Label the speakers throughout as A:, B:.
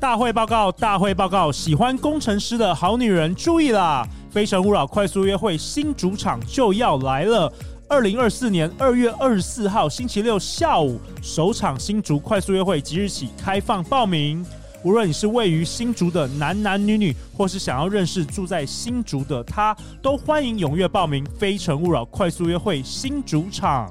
A: 大会报告，大会报告！喜欢工程师的好女人注意啦！《非诚勿扰》快速约会新主场就要来了。二零二四年二月二十四号星期六下午，首场新竹快速约会即日起开放报名。无论你是位于新竹的男男女女，或是想要认识住在新竹的他，都欢迎踊跃报名《非诚勿扰》快速约会新主场。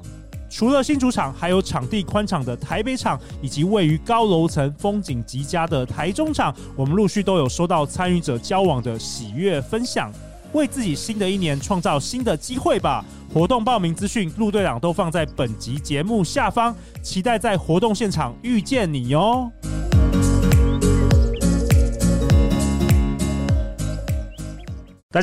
A: 除了新主场，还有场地宽敞的台北场，以及位于高楼层、风景极佳的台中场。我们陆续都有收到参与者交往的喜悦分享，为自己新的一年创造新的机会吧。活动报名资讯，陆队长都放在本集节目下方，期待在活动现场遇见你哦。大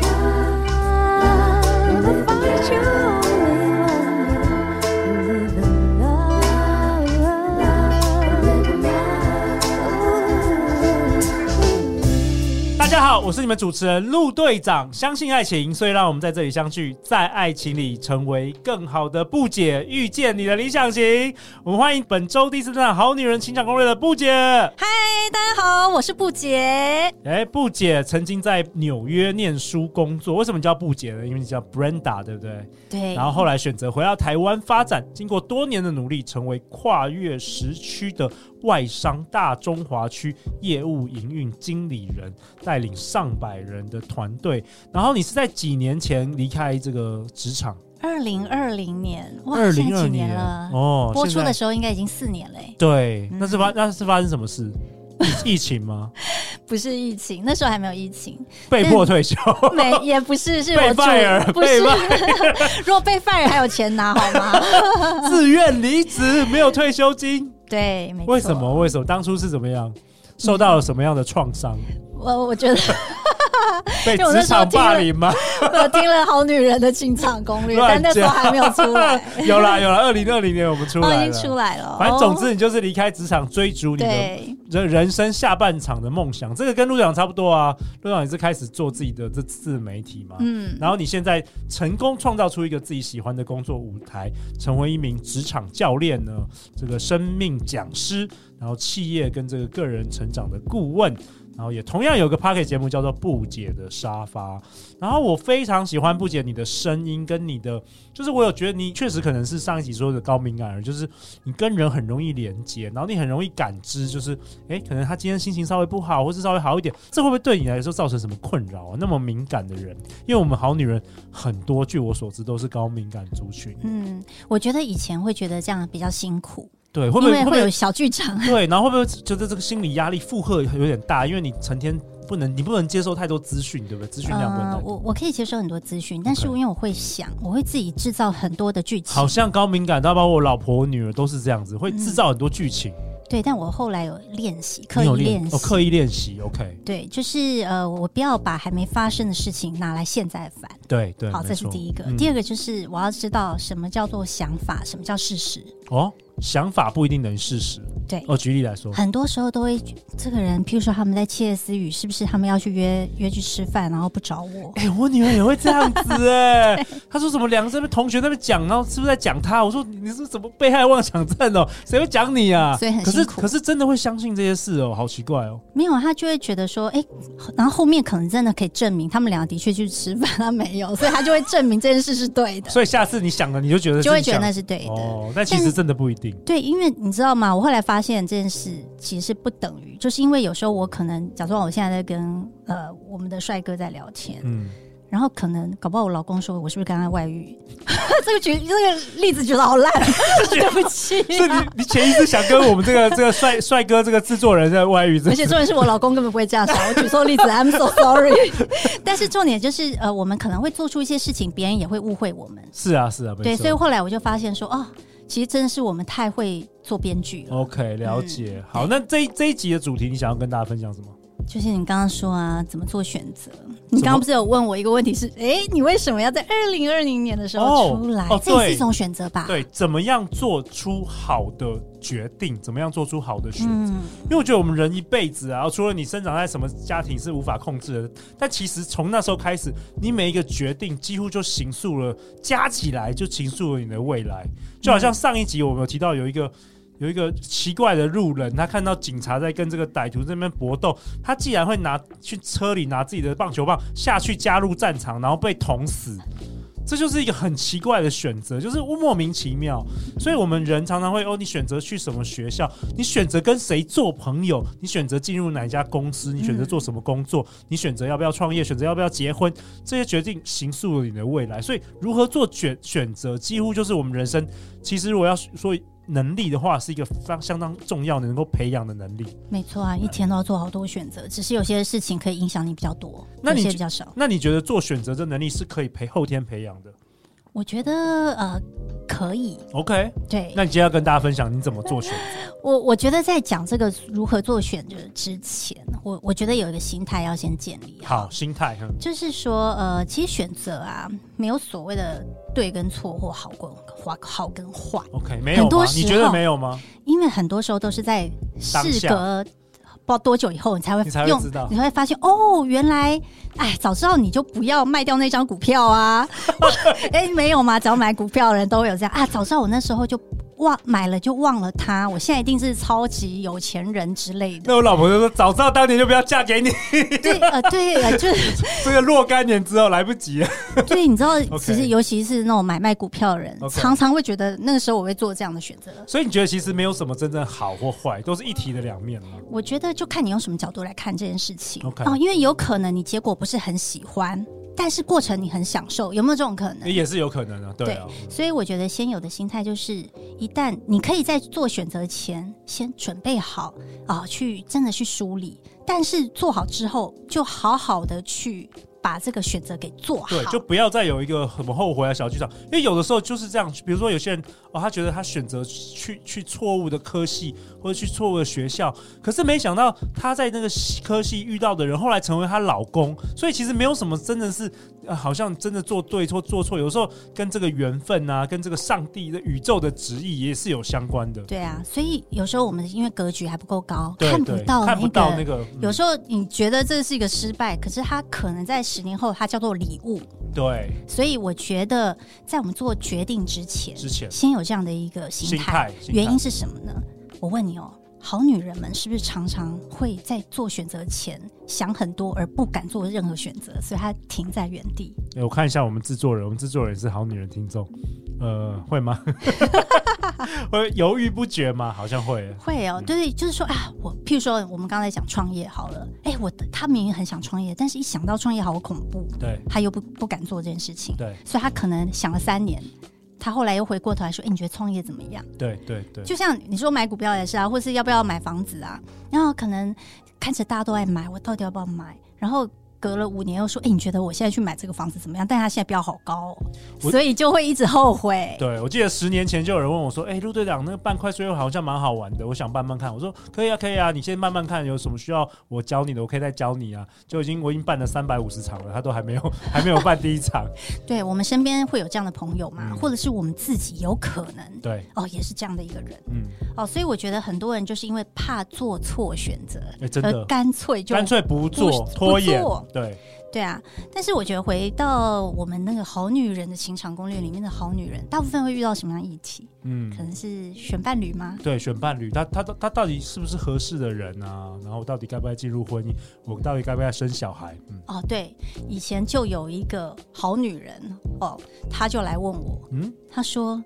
B: Love will find you, only one you. You live in love, live in love.
A: 大家好，我是你们主持人陆队长。相信爱情，所以让我们在这里相聚，在爱情里成为更好的布姐，遇见你的理想型。我们欢迎本周第四站《好女人情场攻略》的布姐。
C: 嗨，大家好，我是布杰。
A: 哎，布姐曾经在纽约念书工作，为什么你叫布姐呢？因为你叫 Brenda，对不对？
C: 对
A: 然后后来选择回到台湾发展，经过多年的努力，成为跨越时区的外商大中华区业务营运经理人，带领上百人的团队。然后你是在几年前离开这个职场？
C: 二零二零年，哇，
A: 二
C: 现
A: 零
C: 在
A: 二
C: 几年了？
A: 哦，
C: 播出
A: 现在
C: 的时候应该已经四年了欸，
A: 对，
C: 嗯
A: 那是发那是发生什么事？疫疫情吗？
C: 不是疫情，那时候还没有疫 情，
A: 被迫退休？
C: 没也不是，是
A: 哦被
C: 我主
A: fire，
C: 不
A: 被
C: 是
A: fire，
C: 如果被 fire 还有钱拿好吗？
A: 自愿离职，没有退休金，
C: 对，没错。
A: 为什么？？为什么？当初是怎么样？受到了什么样的创伤？
C: 我我觉得
A: 被
C: 因为我那
A: 职
C: 时候
A: 场
C: 听了
A: 霸凌吗？
C: 我听了《好女人的情场攻略》，但
A: 乱
C: 那时候
A: 讲
C: 还没有出来，
A: 有啦有啦，二零二零年我 们出
C: 哦，
A: 来
C: 已
A: 了。
C: 经出来了。
A: 反正总
C: 哦
A: 之，你就是离开职场，追逐你的
C: 对，
A: 人人生下半场的梦想。这个跟陆队长差不多啊。陆队长也是开始做自己的这自媒体嘛。
C: 嗯，
A: 然后你现在成功创造出一个自己喜欢的工作舞台，成为一名职场教练呢，这个生命讲师，然后企业跟这个个人成长的顾问，然后也同样有个 p o c k e t 节目叫做《不解的沙发》，然后我非常喜欢不解你的声音跟你的，就是我有觉得你确实可能是上一集说的高敏感儿，就是你跟人很容易连接，然后你很容易感知，就是诶，可能他今天心情稍微不好，或是稍微好一点，这会不会对你来说造成什么困扰啊？那么敏感的人。因为我们好女人很多，据我所知都是高敏感族群，
C: 嗯，我觉得以前会觉得这样比较辛苦，
A: 对，会不
C: 因
A: 会
C: 为
A: 不
C: 会有
A: 会
C: 小剧场。
A: 对？然后会不会觉得这个心理压力负荷有点大？因为你成天不能，你不能接受太多资讯，对不对？资讯量不能
C: 呃
A: 太，
C: 我
A: 多。
C: 我可以接受很多资讯，但是
A: OK
C: 因为我会想，我会自己制造很多的剧
A: 好
C: 情。
A: 像高敏感，到包括我老婆、我女儿都是这样子，会制造很多剧情。
C: 对，但我后来有练习，刻
A: 你有
C: 意练习。
A: 哦，刻意练习。OK，
C: 对，就是呃，我不要把还没发生的事情拿来现在烦。
A: 对对，
C: 好，
A: 没
C: 这是
A: 错
C: 第一个。
A: 嗯
C: 第二个就是我要知道什么叫做想法，什么叫事实。
A: 哦，想法不一定等于事实。
C: 对，
A: 哦，举例来说，
C: 很多时候都会这个人，譬如说他们在窃窃私语，是不是他们要去约约去吃饭，然后不找我？
A: 哎、我女儿也会这样子 哎、她说什么两个这边同学在那边讲，然后是不是在讲她？我说你是怎么被害妄想症哦？谁会讲你啊？
C: 所以很
A: 可是
C: 辛苦
A: 可是真的会相信这些事哦，好奇怪哦。
C: 没有，啊他就会觉得说，哎、然后后面可能真的可以证明他们俩的确去吃饭，他没有，所以他就会证明这件事是对的，
A: 所以下次你想了，你就觉得
C: 就会觉得
A: 自
C: 那
A: 己
C: 是对的。
A: 想哦，但其实真的不一定。
C: 对，因为你知道吗？我后来发现这件事其实是不等于，就是因为有时候我可能，假装我现在在跟呃我们的帅哥在聊天，
A: 嗯，
C: 然后可能搞不好我老公说我是不是刚刚外遇？ 这个举这个例子举得好烂， 对不起、
A: 所以你
C: 啊。
A: 你潜意识想跟我们这个这个帅帅哥这个制作人在外遇这
C: 而且重点 是我老公根本不会这样想，我举 错例子，I'm so sorry。但是重点就是，呃，我们可能会做出一些事情，别人也会误会我们。
A: 是啊是啊，没
C: 对，
A: 错
C: 所以后来我就发现说，哦，其实真的是我们太会做编剧了。嗯
A: OK 了解。好，那这一这一集的主题你想要跟大家分享什么？
C: 就是你刚刚说啊，怎么做选择？你刚刚不是有问我一个问题是，哎、你为什么要在二零二零年的时候
A: 哦
C: 出来？
A: 哦
C: 这也
A: 对
C: 是一种选择吧？，
A: 对，怎么样做出好的决定？怎么样做出好的选择？
C: 嗯，
A: 因为我觉得我们人一辈子啊，除了你生长在什么家庭是无法控制的，但其实从那时候开始，你每一个决定几乎就形塑了，加起来就形塑了你的未来。就好像上一集我们有提到有一个。有一个奇怪的路人，他看到警察在跟这个歹徒这边搏斗，他竟然会拿去车里拿自己的棒球棒下去加入战场，然后被捅死，这就是一个很奇怪的选择，就是莫名其妙。所以我们人常常会哦，你选择去什么学校，你选择跟谁做朋友，你选择进入哪一家公
C: 嗯
A: 司，你选择做什么工作，你选择要不要创业，选择要不要结婚，这些决定形塑了你的未来。所以如何做选选择，几乎就是我们人生。其实我要说能力的话，是一个非常相当重要的能够培养的能力。
C: 没错啊，一天都要做好多选择，只是有些事情可以影响你比较多，
A: 那你
C: 有些
A: 觉
C: 比较少。
A: 那你觉得做选择这能力是可以培后天培养的
C: 我觉得呃，可以。
A: ？OK，
C: 对
A: 那你今天要跟大家分享你怎么做选择。
C: 我，我觉得在讲这个如何做选择之前，我我觉得有一个心态要先建立啊
A: 好，心态，嗯哼
C: 就是说，呃，其实选择啊，没有所谓的对跟错或好跟坏，好跟坏，
A: ，OK，没有
C: 很
A: 吗
C: 多？
A: 你
C: 时
A: 觉得
C: 候
A: 没有吗？
C: 因为很多时候都是在
A: 当
C: 事
A: 下
C: 隔不知道多久以后，你才会
A: 你才会
C: 用，
A: 知道
C: 你才会发现哦，原来，哎，早知道你就不要卖掉那张股 票啊！哎、没有嘛，只要买股票的人都有这样啊，早知道我那时候就忘买了就忘了它，我现在一定是超级有钱人之类的。
A: 那我老婆就说：“早知道当年就不要嫁给你，
C: 对，呃，对，呃，就是
A: 这个若干年之后来不及了。
C: 对，你知道，
A: OK
C: 其实尤其是那种买卖股票的人
A: OK
C: 常常会觉得那个时候我会做这样的选择。”
A: 所以你觉得其实没有什么真正好或坏，都是一体的两面嘛。
C: 我觉得就看你用什么角度来看这件事情
A: OK
C: 哦，因为有可能你结果不是很喜欢，但是过程你很享受，有没有这种可能？
A: 也是有可能啊，对啊，
C: 所以我觉得先有的心态就是，一旦你可以在做选择前先准备好啊、去真的去梳理，但是做好之后就好好的去把这个选择给做好。
A: 对，就不要再有一个很后悔啊小剧场，因为有的时候就是这样，比如说有些人哦，他觉得他选择去去错误的科系或者去错误的学校，可是没想到他在那个科系遇到的人，后来成为她老公，所以其实没有什么真的是、呃好像真的做对错做错，有时候跟这个缘分啊，跟这个上帝的宇宙的旨意也是有相关的。
C: 对啊，所以有时候我们因为格局还不够高，
A: 对
C: 看不
A: 对
C: 到
A: 看不到那
C: 个。
A: 个，
C: 有
A: 嗯
C: 时候你觉得这是一个失败，可是它可能在十年后，它叫做礼物。
A: 对
C: 所以我觉得，在我们做决定之前，
A: 之前
C: 先有这样的一个心
A: 心
C: 态。
A: 态，心态
C: 原因是什么呢？我问你哦，好女人们是不是常常会在做选择前想很多，而不敢做任何选择，所以她停在原地？
A: 欸我看一下我们制作人，我们制作人也是好女人听众，呃，会吗？ 会犹豫不决吗？好像会。
C: 会哦，对，就是说啊，我譬如说我们刚才讲创业好了，哎，我她明明很想创业，但是一想到创业好恐怖，
A: 对
C: 她又不不敢做这件事情，
A: 对
C: 所以她可能想了三年，她后来又回过头来说，哎，你觉得创业怎么样？
A: 对对对，
C: 就像你说买股票也是啊，或是要不要买房子啊，然后可能看着大家都爱买，我到底要不要买？然后隔了五年又说，哎、你觉得我现在去买这个房子怎么样？但它现在标好高、
A: 我
C: 哦，所以就会一直后悔。
A: 对我记得十年前就有人问我说：“哎、陆队长，那个办快速约会好像蛮好玩的，我想慢慢看。”我说：“可以啊，可以啊，你先慢慢看，有什么需要我教你的，我可以再教你啊。”就已经我已经办了三百五十场了，他都还没有还没有办第一场。
C: 对我们身边会有这样的朋友嘛，
A: 嗯
C: 或者是我们自己有可能
A: 对，
C: 哦，也是这样的一个人
A: 嗯，
C: 哦，所以我觉得很多人就是因为怕做错选择，
A: 哎、真
C: 而
A: 的，
C: 干脆就
A: 干脆不做
C: 不
A: 拖延
C: 不做，
A: 对，
C: 对啊，但是我觉得回到我们那个好女人的情场攻略里面的好女人，大部分会遇到什么样的议题？
A: 嗯，
C: 可能是选伴侣吗？
A: 对，选伴侣，他他他到底是不是合适的人啊？然后到底该不该进入婚姻？我到底该不该生小孩？嗯
C: 哦，对，以前就有一个好女人哦，她就来问我，
A: 嗯，
C: 她说：“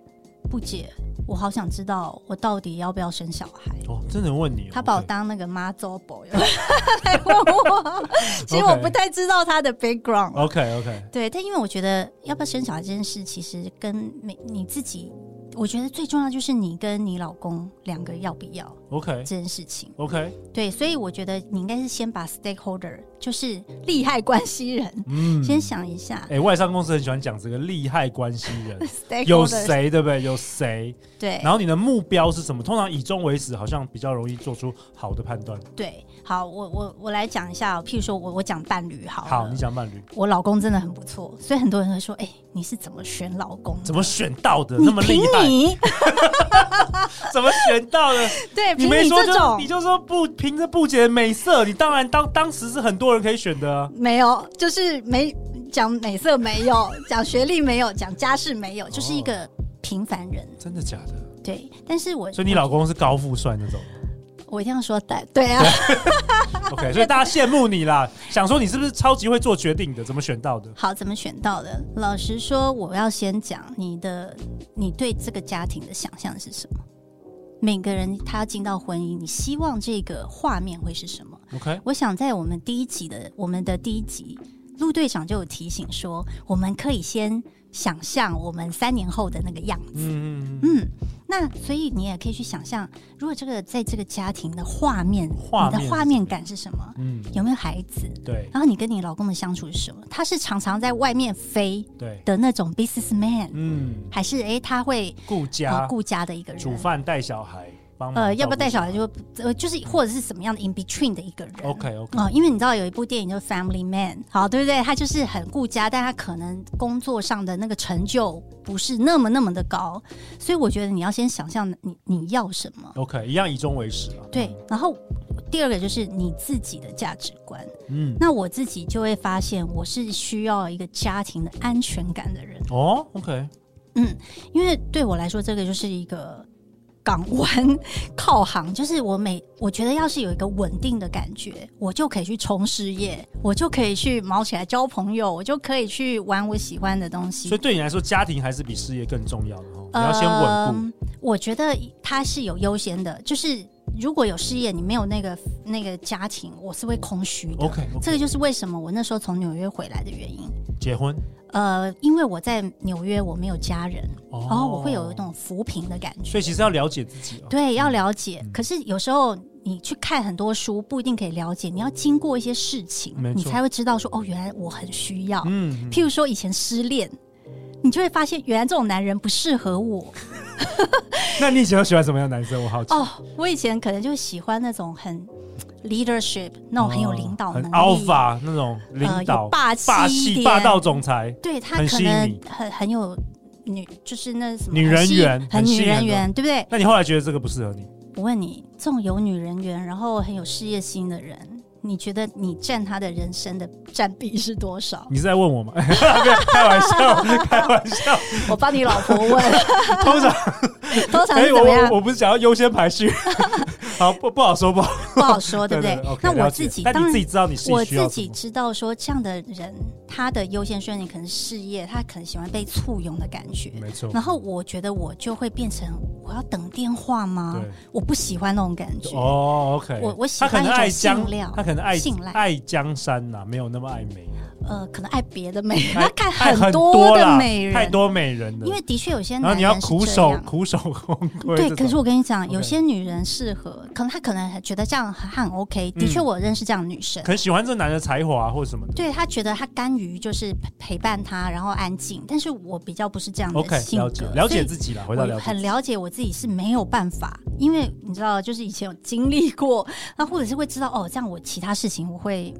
C: 不姐，我好想知道我到底要不要生小孩。
A: 哦，真的问你哦、
C: 她把我
A: OK
C: 当那个妈祖婆，有没有 来问我， 其实我
A: OK
C: 不太知道她的 background。
A: OK OK，
C: 对，但因为我觉得要不要生小孩这件事，其实跟每你自己我觉得最重要就是你跟你老公两个要不要
A: ？OK
C: 这件事情。
A: OK，
C: 对，所以我觉得你应该是先把 stakeholder，就是利害关系人，
A: 嗯，
C: 先想一下。
A: 哎、外商公司很喜欢讲这个利害关系人
C: stakeholder
A: 有谁对不对？有谁？
C: 对
A: 然后你的目标是什么？通常以终为始，好像比较容易做出好的判断。
C: 对。好，我我我来讲一下哦、譬如说我我讲伴侣好了
A: 好，你讲伴侣
C: 我老公真的很不错，所以很多人会说，哎、你是怎么选老公的？
A: 怎么选到的？
C: 你
A: 那么厉
C: 凭
A: 害，
C: 你
A: 怎么选到的？
C: 对
A: 你
C: 凭
A: 没
C: 你
A: 说
C: 这
A: 就
C: 种
A: 你就说不凭着不姐的美色，你当然当当时是很多人可以选的啊、
C: 没有，就是没讲美色没有， 讲学历没有，讲家世没
A: 哦
C: 有，就是一个平凡人。
A: 真的假的？
C: 对，但是我
A: 所以你老公是高富帅 那种
C: 我一定要 说对对啊，
A: ，OK？所以大家羡慕你啦，想说你是不是超级会做决定的？怎么选到的？
C: 好，怎么选到的？老实说，我要先讲你的，你对这个家庭的想象是什么？每个人他要进到婚姻，你希望这个画面会是什么？
A: OK，
C: 我想在我们第一集的我们的第一集，陆队长就有提醒说，我们可以先想象我们三年后的那个样子。
A: 嗯，嗯
C: 嗯，那所以你也可以去想象，如果这个在这个家庭的画面，
A: 画面
C: 你的画面感是什么？
A: 嗯，嗯
C: 有没有孩子？
A: 对
C: 然后你跟你老公的相处是什么？他是常常在外面飞
A: 对，
C: 的那种 businessman，、
A: 嗯，
C: 还是诶他会
A: 顾
C: 呃
A: 家、
C: 顾家的一个人？
A: 煮饭、带小孩，帮忙
C: 呃，要不要带小
A: 照
C: 孩就呃就是或者是什么样的 in between 的一个人
A: 顾？OK OK，
C: 哦，因为你知道有一部电影叫《Family Man》，好，对不对？他就是很顾家，但他可能工作上的那个成就不是那么那么的高，所以我觉得你要先想象你你要什么，
A: OK，一样以终为始啊。
C: 对。然后第二个就是你自己的价值观。
A: 嗯，
C: 那我自己就会发现，我是需要一个家庭的安全感的人，
A: 哦，OK，
C: 嗯，因为对我来说，这个就是一个。港湾 靠航，就是我每我觉得要是有一个稳定的感觉，我就可以去冲事业，我就可以去毛起来交朋友，我就可以去玩我喜欢的东西。
A: 所以对你来说，家庭还是比事业更重要的哦。你要先稳固，
C: 嗯我觉得它是有优先的，就是如果有事业，你没有那个那个家庭，我是会空虚的。
A: OK，
C: 呃这个就是为什么我那时候从纽约回来的原因。
A: 结婚
C: 呃，因为我在纽约我没有家人，
A: 哦
C: 然后我会有一，种扶贫的感觉。
A: 所以其实要了解自己哦。
C: 对，要了解
A: 嗯。
C: 可是有时候你去看很多书，不一定可以了解。你要经过一些事情
A: 没，错
C: 你才会知道说，哦，原来我很需要。
A: 嗯，嗯
C: 譬如说以前失恋，你就会发现原来这种男人不适合我。
A: 那你以前都喜欢什么样的男生？我好奇。
C: 哦，我以前可能就喜欢那种很 leadership 那种很有领导
A: 哦很
C: 能力、
A: alpha 那种
C: 呃
A: 领
C: 有
A: 导、
C: 霸气
A: 霸
C: 一
A: 气、
C: 点
A: 霸道总裁。
C: 对他
A: 很
C: 可
A: 吸引
C: 能
A: 你
C: 很很有女，就是那什么
A: 女人缘很
C: 很吸很
A: 吸引
C: 女人
A: 人的
C: 缘，对不对？
A: 那你后来觉得这个不适合你？
C: 我问你，这种有女人缘，然后很有事业心的人，你觉得你占他的人生的占比是 多少？
A: 你是在问我吗？没有开玩笑，开玩 笑。
C: 我帮你老婆问，
A: 通常，
C: 通常
A: 哎、
C: 是
A: 我
C: 怎么样
A: 我？我不是想要优先排序， 好不不好说不好，
C: 不好 说，哦对不对
A: o？k
C: 那我自己
A: 但
C: 当
A: 你自己。
C: 然
A: 知道你是
C: 我
A: 需要
C: 自
A: 什
C: 己
A: 么
C: 知道说，这样的人他的优先顺序可能是事业，他可能喜欢被簇拥的感觉。
A: 没错。
C: 然后我觉得我就会变成我要等电话吗？
A: 对，
C: 我不喜欢那种感觉。
A: 哦，OK，
C: 我我喜
A: 他可
C: 欢
A: 能
C: 一
A: 爱
C: 种
A: 江
C: 信料，，
A: 他可能爱
C: 信赖
A: 爱江山呐、没有那么爱美，
C: 呃，可能爱别的美人，
A: 爱
C: 他看
A: 爱很
C: 多的
A: 啦
C: 美人，
A: 太多美人了。
C: 因为的确有些
A: 然后
C: 男
A: 你要
C: 人是
A: 苦
C: 这
A: 守
C: 样
A: 苦守 空闺
C: 对
A: 这，
C: 可是
A: 种
C: 我跟你讲，有
A: OK
C: 些女人适合，可能她可能觉得这样很很 OK。的确，
A: 嗯
C: 我认识这样的女生，
A: 可能喜欢这男的才华或者什么的。
C: 对她觉得她甘于就是陪陪伴她，然后安静。但是我比较不是这样的
A: OK，
C: 性
A: 了解
C: 格，
A: 了
C: 所
A: 解
C: 以
A: 自己了，回到了
C: 我
A: 解
C: 很了解我自己是没有办法，因为你知道，就是以前有经历过，那或者是会知道哦，这样我其他事情我会。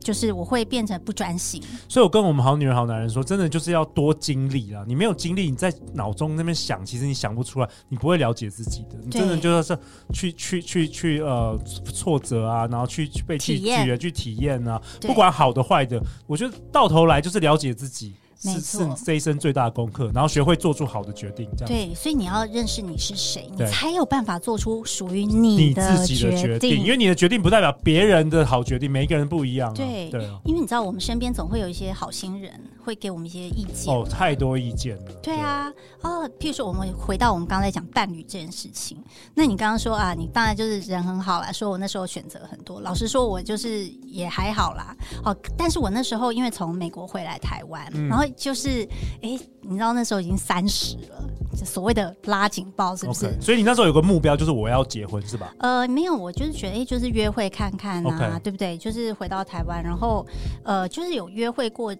C: 就是我会变成不专心，
A: 所以我跟我们好女人、好男人说，真的就是要多经历啦。你没有经历，你在脑中那边想，其实你想不出来，你不会了解自己的。你真的就是去去去去呃挫折啊，然后去去被拒
C: 体验
A: 绝、去体验啊，
C: 对
A: 不管好的坏的，我觉得到头来就是了解自己。是
C: 没
A: 是
C: 错
A: 你这一生最大的功课，然后学会做出好的决定，这样
C: 对，所以你要认识你是谁，你
A: 对
C: 才有办法做出属于
A: 你
C: 你
A: 自
C: 的
A: 己的决
C: 决
A: 定，
C: 定
A: 因。为你的决定不代表别人的好决定，每一个人不一样、啊。
C: 对
A: 对啊，
C: 因为你知道，我们身边总会有一些好心人会给我们一些意见。
A: 哦，太多意见了。
C: 对啊，哦，譬如说，我们回到我们刚才讲伴侣这件事情，那你刚刚说啊，你当然就是人很好啦，说我那时候选择很多，老实说，我就是也还好啦。哦，但是我那时候因为从美国回来台湾，
A: 嗯
C: 然后就是，哎，你知道那时候已经三十了，所谓的拉警报，是不是
A: OK，所以你那时候有个目标，就是我要结婚，是吧？
C: 呃，没有，我就是觉得，哎、就是约会看看啊
A: OK
C: 对不对？就是回到台湾，然后呃，就是有约会过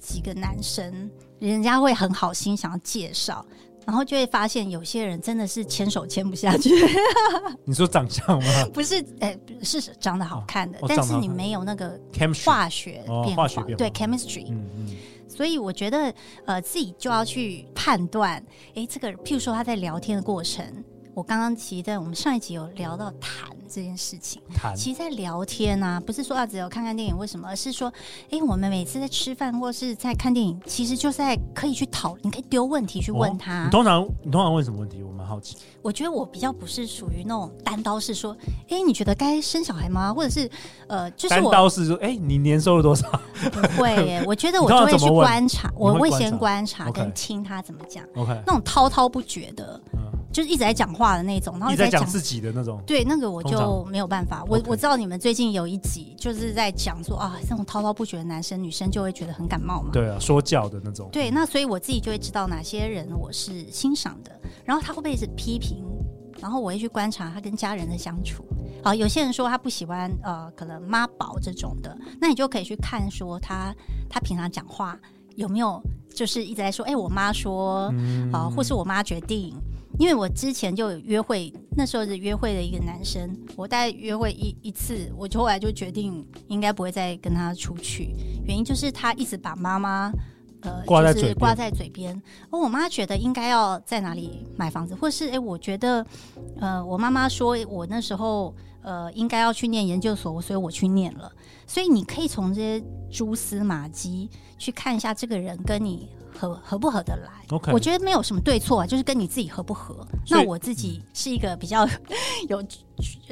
C: 几个男生，人家会很好心想要介绍，然后就会发现有些人真的是牵手牵不下去，
A: 你说长相吗
C: 不是，哎、是长得好看的，
A: 哦
C: 但
A: 长得
C: 是
A: 好
C: 你
A: 看
C: 没有那个
A: ？Chemistry，
C: 化学
A: 哦
C: 变化，
A: 化学变化
C: 对 chemistry，、
A: 嗯嗯，
C: 所以我觉得，呃，自己就要去判断，诶，这个，譬如说他在聊天的过程，我刚刚其实在我们上一集有聊到谈这件事情，
A: 谈
C: 其实，在聊天啊，不是说啊只有看看电影为什么，而是说，诶，我们每次在吃饭或是在看电影，其实就是在可以去讨，你可以丢问题去问他。
A: 哦你通常你通常问什么问题？我蛮好奇。
C: 我觉得我比较不是属于那种单刀式说，诶，你觉得该生小孩吗？或者是，呃，就是
A: 单
C: 我
A: 刀是说，哎，你年收入多少
C: 不会耶， 我觉得
A: 你
C: 我
A: 通常
C: 就会
A: 怎
C: 去
A: 么问
C: 观察，
A: 你
C: 我
A: 会
C: 会
A: 观
C: 先
A: 察
C: 观察
A: OK
C: 跟听他怎么讲，
A: ？OK，
C: 那种滔滔不绝的，
A: 嗯
C: 就是一直在讲话的那种，然后
A: 你
C: 一直
A: 在
C: 在
A: 讲
C: 讲。
A: 自己的那种，
C: 对，那个我
A: 通
C: 就
A: 常
C: 没有办法。我
A: OK
C: 我知道你们最近有一集就是在讲说啊，这种滔滔不绝的男生女生就会觉得很感冒嘛。
A: 对啊，说教的那种。
C: 对，那所以我自己就会知道哪些人我是欣赏的，然后他会不会是批评，然后我会去观察他跟家人的相处。好，有些人说他不喜欢呃，可能妈宝这种的，那你就可以去看说他他平常讲话有没有就是一直在说，哎、我妈说
A: 嗯
C: 啊、或是我妈决定。因为我之前就有约会，那时候是约会的一个男生，我大概约会一一次，我就后来就决定应该不会再跟他出去，原因就是他一直把妈妈。呃，
A: 挂在
C: 就是
A: 嘴边
C: 挂在嘴边。而我妈觉得应该要在哪里买房子，或是哎、诶我觉得，呃，我妈妈说我那时候呃应该要去念研究所，所以我去念了。所以你可以从这些蛛丝马迹去看一下这个人跟你合合不合得来。
A: OK
C: 我觉得没有什么对错啊，就是跟你自己合不合。
A: 所以
C: 那我自己是一个比较 有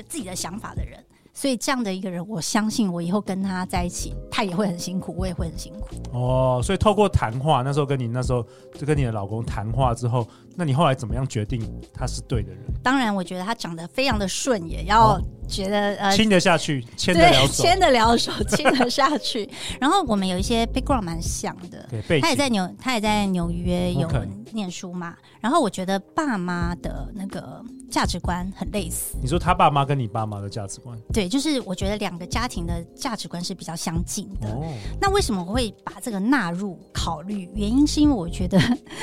C: 自己的想法的人，所以这样的一个人，我相信我以后跟他在一起，他也会很辛苦，我也会很辛苦。
A: 哦，所以透过谈话，那时候跟你那时候就跟你的老公谈话之后，那你后来怎么样决定他是对的人，
C: 当然，我觉得他长得非常的顺眼，要
A: 哦
C: 觉得、呃
A: 亲得下去，牵得了
C: 对，
A: 手，
C: 牵得了手，亲得下去。然后我们有一些 background 蛮像的，
A: 对，背
C: 他也
A: 景
C: 在纽，他也在
A: 嗯
C: 纽约有
A: OK
C: 念书嘛。然后我觉得爸妈的那个价值观很类似，
A: 你说他爸妈跟你爸妈的价值观
C: 对，就是我觉得两个家庭的价值观是比较相近的。
A: 哦，
C: 那为什么我会把这个纳入考虑？原因是因为我觉得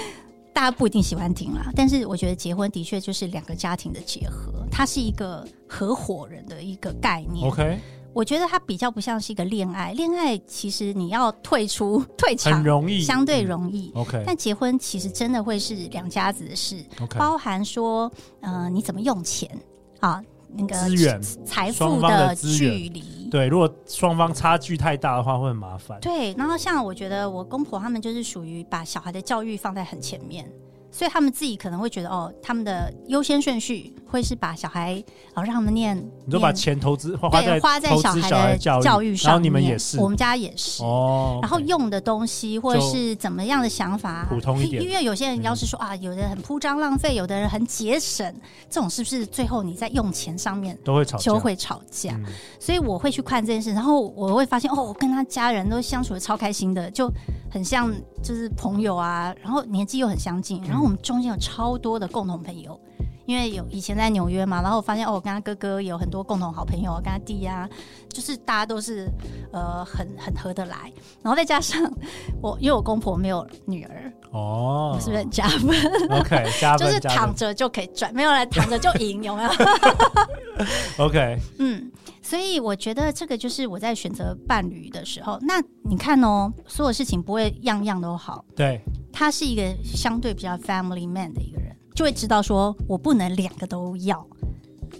C: 大家不一定喜欢听啦，但是我觉得结婚的确就是两个家庭的结合，它是一个合伙人的一个概念。
A: OK，
C: 我觉得它比较不像是一个恋爱，恋爱其实你要退出退
A: 很
C: 场
A: 容易，嗯
C: 相对容易。
A: OK
C: 但结婚其实真的会是两家子的事，
A: OK，
C: 包含说，呃，你怎么用钱啊，那个
A: 资源
C: 财
A: 双
C: 富
A: 方的资源
C: 距离，
A: 对，如果双方差距太大的话，会很麻烦。
C: 对，然后像我觉得我公婆他们就是属于把小孩的教育放在很前面，所以他们自己可能会觉得哦，他们的优先顺序会是把小孩哦让他们念，
A: 你就把
C: 念
A: 钱投资花
C: 对
A: 在
C: 花在
A: 投
C: 小
A: 资
C: 孩
A: 小孩
C: 的
A: 教育
C: 教育
A: 然
C: 上
A: 后
C: 面，
A: 你们也是
C: 我们家也是。
A: 哦，
C: 然后
A: OK
C: 用的东西，或者
A: 就是
C: 怎么样的想法，
A: 普通一点
C: 因为有些人要是说、啊，有的人很铺张浪费，有的人很节省，这种是不是最后你在用钱上面
A: 都会吵架，
C: 就会吵架？
A: 嗯
C: 所以我会去看这件事，然后我会发现哦，我跟他家人都相处的超开心的，就很像就是朋友啊，然后年纪又很相近，
A: 嗯
C: 然后我们中间有超多的共同朋友。因为有以前在纽约嘛，然后我发现哦，我跟他哥哥有很多共同好朋友，跟他弟呀、就是大家都是呃很很合得来，然后再加上我，因为我公婆没有女儿，
A: 哦，
C: 是不是很加 分？
A: OK 加
C: 就是
A: 分加
C: 躺
A: 分
C: 着就可以赚，没有来躺着就赢，有没有？
A: OK
C: 嗯，所以我觉得这个就是我在选择伴侣的时候，那你看哦，所有事情不会样样都好，
A: 对
C: 他是一个相对比较 family man 的一个人，就会知道说我不能两个都要。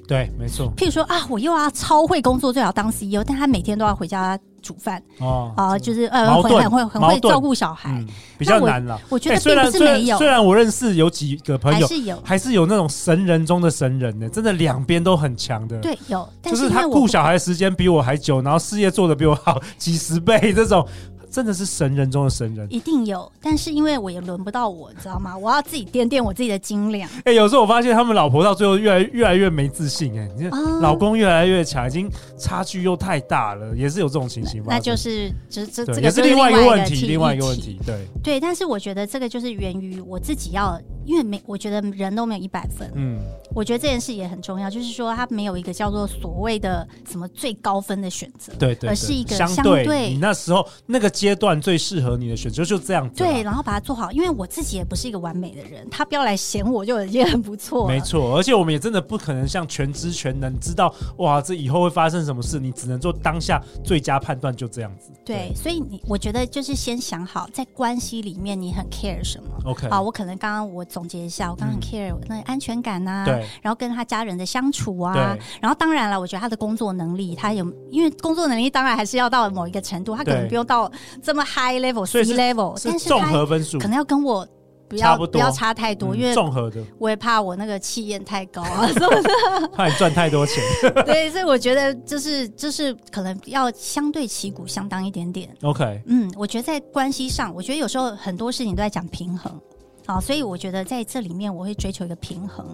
A: 对没错
C: 譬如说啊，我又要超会工作，最好当 CEO，但他每天都要回家煮饭
A: 哦
C: 啊、就是呃，
A: 矛
C: 会
A: 盾
C: 很会很
A: 矛
C: 会
A: 盾
C: 照顾小孩。
A: 嗯比较
C: 哎那
A: 难了。
C: 我觉得
A: 哎虽
C: 并
A: 然
C: 不是
A: 虽
C: 没有，
A: 然虽然我认识有嗯几个朋
C: 还
A: 友，
C: 是有
A: 还是有那种神人中的神人呢，真的两边都很强的。。
C: 对有，但
A: 就是是
C: 因为
A: 他
C: 我
A: 顾小孩时间比我还久，然后事业做的比我好 几十倍，这种真的是神人中的神人。
C: 一定有，但是因为我也轮不到我，你知道吗？我要自己掂掂我自己的斤两。
A: 哎、有时候我发现他们老婆到最后越来越来越没自信、哎，你看
C: 哦
A: 老公越来越强，已经差距又太大了，也是有这种情形吧？
C: 那就是这这这
A: 对，
C: 个
A: 也是
C: 就
A: 另外一
C: 个
A: 个问题，另
C: 另
A: 外一个问。题，对
C: 对，但是我觉得这个就是源于我自己要因为没，我觉得人都没有一百分。
A: 嗯，
C: 我觉得这件事也很重要，就是说它没有一个叫做所谓的什么最高分的选择，
A: 对对对
C: 而是一个
A: 相
C: 相
A: 对
C: 对
A: 你那时候那个阶段最适合你的选择就这样子啦，
C: 对，然后把它做好。因为我自己也不是一个完美的人，他不要来嫌我就已经很不错了。
A: 没错，而且我们也真的不可能像全知全能知道哇，这以后会发生什么事，你只能做当下最佳判断，就这样子。
C: 对，所以你我觉得就是先想好，在关系里面你很 care 什么。
A: ，OK，
C: 啊，我可能刚刚我总结一下，我刚刚很 care 我那个安全感
A: 嗯
C: 呐、
A: 对
C: 然后跟他家人的相处啊
A: 对，
C: 然后当然了，我觉得他的工作能力，他有因为工作能力当然还是要到某一个程度，他可能
A: 对
C: 不用到这么 high level、
A: 所
C: C
A: 以是
C: level，但
A: 是
C: 是
A: 综
C: 他
A: 合分数
C: 可，能要跟我不
A: 差
C: 要
A: 不多
C: 不要差太多，因
A: 嗯
C: 为
A: 综合的，
C: 我也怕我那个气焰太高啊，什么
A: 怕你赚太多钱。
C: 的。对，所以我觉得就是就是可能要相对旗鼓相当一点点。
A: OK，
C: 嗯，我觉得在关系上，我觉得有时候很多事情都在讲平衡。好，所以我觉得在这里面我会追求一个平衡。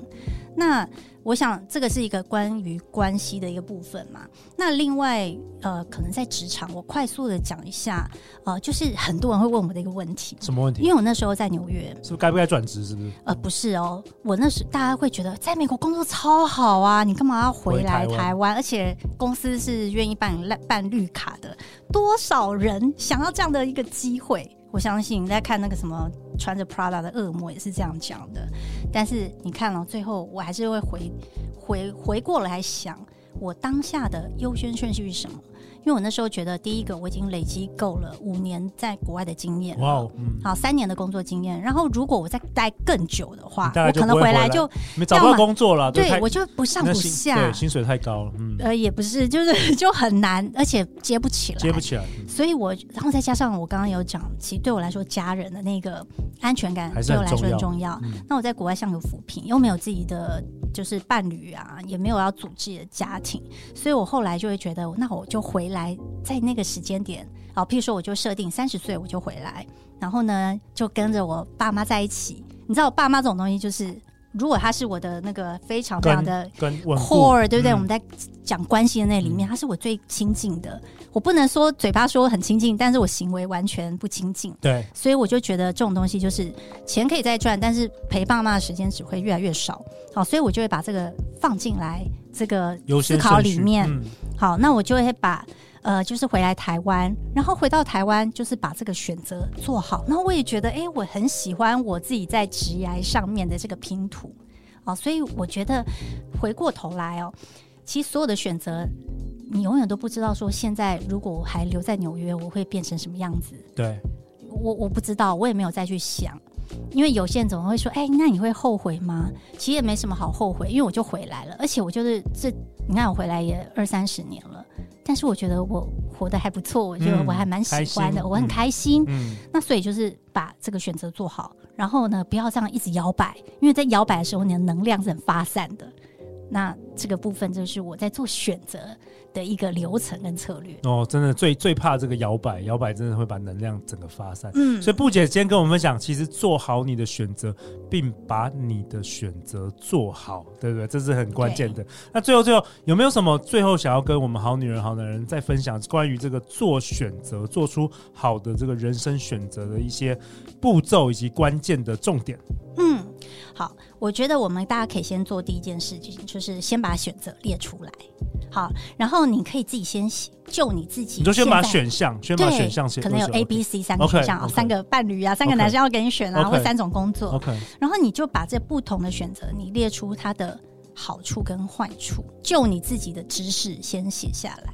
C: 那我想这个是一个关于关系的一个部分嘛。那另外呃，可能在职场，我快速的讲一下，呃，就是很多人会问我的一个问题，
A: 什么问
C: 因
A: 题？
C: 为我那时候在纽约，
A: 是不是该不该转职？是不是？
C: 呃，不是哦，我那时大家会觉得在美国工作超好啊，你干嘛要
A: 回
C: 回来
A: 台湾
C: 台湾？而且公司是愿意办办绿卡的，多少人想要这样的一个机会？我相信你在看那个什么穿着 Prada 的恶魔也是这样讲的，但是你看了、最后我还是会回回回过来想，我当下的优先顺序是什么？因为我那时候觉得，第一个我已经累积够了五年在国外的经验了，
A: 哇哦，嗯，
C: 呃好三年的工作经验，然后如果我再待更久的话
A: 你，大概
C: 我
A: 就
C: 可能
A: 不会
C: 回
A: 回
C: 来
A: 来
C: 就
A: 没找不
C: 要
A: 到
C: 么
A: 工作了，对
C: 对
A: 太
C: 我就不上
A: 那
C: 不
A: 薪
C: 下
A: 对，，薪水太高了，嗯，
C: 呃，也不是，就是 就很难，而且接不起来，
A: 接不起来，嗯
C: 所以我，然后再加上我刚刚有讲，其实对我来说，家人的那个安全感
A: 还是
C: 对
A: 很
C: 我来说很重要。
A: 嗯，
C: 那我在国外像有扶贫，又没有自己的就是伴侣啊，也没有要组织的家庭，所以我后来就会觉得，那我就回来，在那个时间点，啊，譬如说我就设定三十岁我就回来，然后呢就跟着我爸妈在一起。你知道我爸妈这种东西，就是如果他是我的那个非常非常的
A: 跟稳固
C: core，对不对？
A: 嗯
C: 我们在讲关系的那里面，他是我最亲近的。我不能说嘴巴说很亲近，但是我行为完全不亲近。
A: 对
C: 所以我就觉得这种东西就是钱可以再赚，但是陪爸妈的时间只会越来越少。好，所以我就会把这个放进来这个
A: 优
C: 思
A: 先
C: 考
A: 顺
C: 里
A: 序
C: 面。
A: 嗯
C: 好，那我就会把呃，就是回来台湾，然后回到台湾，就是把这个选择做好。那我也觉得，哎、我很喜欢我自己在职涯上面的这个拼图哦，所以我觉得回过头来哦，其实所有的选择，你永远都不知道说现在如果我还留在纽约，我会变成什么样子。
A: 对，
C: 我我不知道，我也没有再去想，因为有些人总会说，哎、那你会后悔吗？其实也没什么好后悔，因为我就回来了，而且我就是这，你看我回来也二三十年了，但是我觉得我活得还不错，我觉得
A: 嗯
C: 我还蛮喜欢
A: 开
C: 的，
A: 心
C: 我很开心。
A: 嗯，
C: 那所以就是把这个选择做好，然后呢，不要这样一直摇摆，因为在摇摆的时候，你的能量是很发散的。那这个部分就是我在做选择的一个流程跟策略。
A: 哦，真的最最怕这个摇摆，摇摆真的会把能量整个发散。
C: 嗯
A: 所以布姐今天跟我们分享，其实做好你的选择，并把你的选择做好，对不对？这是很关键的。那最后最后有没有什么最后想要跟我们好女人、好男人再分享关于这个做选择、做出好的这个人生选择的一些步骤以及关键的重点？
C: 嗯，好，我觉得我们大家可以先做第一件事情，就是先把选择列出来。好，然后你可以自己先写就你自己，
A: 你就先把选项，先把
C: 对
A: 选项写，
C: 可能有
A: 都写
C: A、B、C 三个选项
A: OK，OK
C: 三个伴侣啊，三个
A: OK
C: 男生要给你选啊
A: OK
C: 或三种工作
A: OK。OK，
C: 然后你就把这不同的选择，你列出它的好处跟坏处，就你自己的知识先写下来。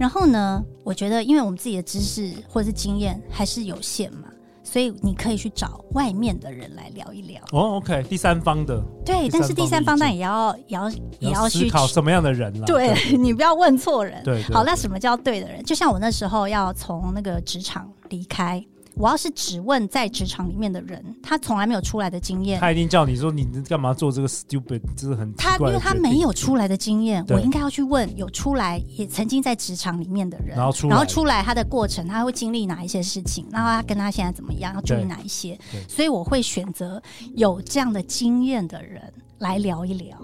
C: 然后呢，我觉得因为我们自己的知识或者是经验还是有限嘛，所以你可以去找外面的人来聊一聊。
A: 哦，OK，第三方的
C: 对，
A: 第
C: 但
A: 三
C: 是
A: 方
C: 第
A: 的
C: 三
A: 意
C: 方
A: 见
C: 当然也要也要也
A: 要
C: 要
A: 思
C: 去
A: 考
C: 去
A: 什么样的人啦？
C: 对 你不要问错人。
A: 对，对
C: 好，那什么叫对的人？就像我那时候要从那个职场离开，我要是只问在职场里面的人，他从来没有出来的经验，
A: 他一定叫你说你干嘛做这个 stupid，这是很奇
C: 他因
A: 怪
C: 为
A: 的
C: 他
A: 决
C: 没
A: 定
C: 有出来的经验，
A: 对
C: 我应该要去问有出来也曾经在职场里面的人，
A: 然后出来
C: 然后出来他的过程，他会经历哪一些事情，然后他跟他现在怎么样，要注
A: 对
C: 意哪一些
A: 对，
C: 所以我会选择有这样的经验的人来聊一聊。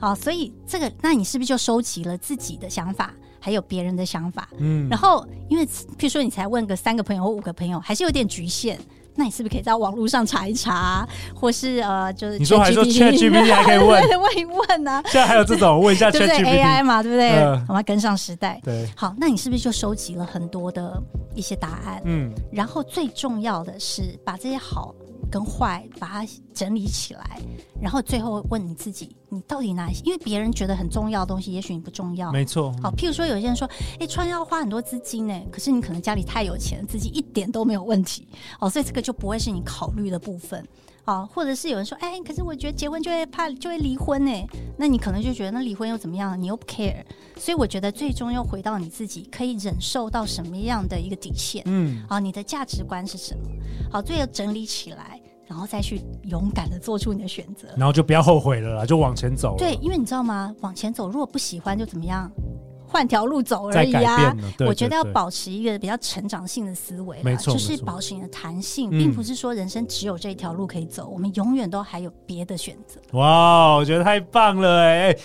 C: 好，所以这个，那你是不是就收集了自己的想法，还有别人的想法？
A: 嗯
C: 然后，因为譬如说你才问个三个朋友或五个朋友，还是有点局限。那你是不是可以在网络上查一查，或是呃，就是
A: 你说还说
C: ChatGPT
A: ChatGPT 还可以问，
C: 对问一问呢、
A: 现在还有这种问一下
C: 对不对
A: ChatGPT，
C: ？AI 嘛，对不对？
A: 嗯
C: 我们要跟上时代。
A: 对，
C: 好，那你是不是就收集了很多的一些答案？
A: 嗯，
C: 然后最重要的是把这些好跟坏把它整理起来，然后最后问你自己，你到底哪些？因为别人觉得很重要的东西，也许你不重要。
A: 没错，
C: 好，譬如说有些人说，哎、创业要花很多资金呢，可是你可能家里太有钱，资金一点都没有问题，哦，所以这个就不会是你考虑的部分。啊，或者是有人说，哎、可是我觉得结婚就会怕就会离婚呢，那你可能就觉得那离婚又怎么样？你又不 care，所以我觉得最终又回到你自己可以忍受到什么样的一个底线。
A: 嗯，
C: 好，你的价值观是什么？好，最后整理起来，然后再去勇敢的做出你的选择。
A: 然后就不要后悔了啦，就往前走了，
C: 对，因为你知道吗？往前走，如果不喜欢就怎么样，换条路走而
A: 再
C: 已
A: 改
C: 啊
A: 变。了，对
C: 我觉得要
A: 对对
C: 保持一个比较成长性的思维啦，
A: 没错
C: 就是
A: 没错
C: 保持你的弹性，
A: 嗯
C: 并不是说人生只有这一条路可以走，我们永远都还有别的选择。
A: 哇，我觉得太棒了哎、哎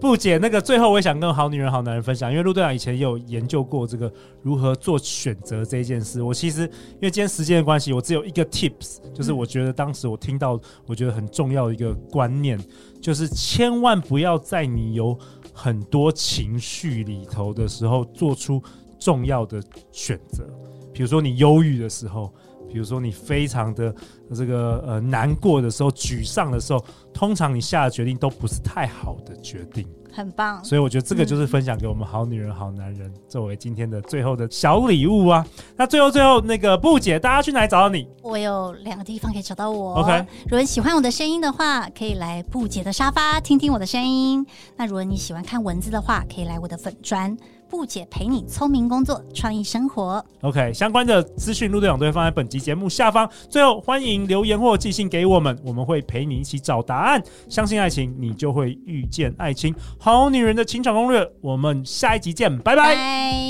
A: 布姐，那个最后我也想跟好女人、好男人分享，因为陆队长以前也有研究过这个如何做选择这一件事。我其实因为今天时间的关系，我只有一个 tips，就是我觉得当时我听到我觉得很重要的一个观念，就是千万不要在你有很多情绪里头的时候做出重要的选择，比如说你忧郁的时候，比如说你非常的这个呃难过的时候、沮丧的时候，通常你下的决定都不是太好的决定。
C: 很棒，
A: 所以我觉得这个就是分享给我们好女人、好男人作为今天的最后的小礼物啊。那最后最后那个布姐，大家去哪里找到你？
C: 我有两个地方可以找到我。哦
A: OK
C: 如果你喜欢我的声音的话，可以来布姐的沙发听听我的声音。那如果你喜欢看文字的话，可以来我的粉砖布姐陪你聪明工作，创意生活。
A: OK，相关的资讯陆队长都会放在本集节目下方。最后，欢迎留言或寄信给我们，我们会陪你一起找答案。相信爱情，你就会遇见爱情。好女人的情场攻略，我们下一集见，拜拜。
C: 拜。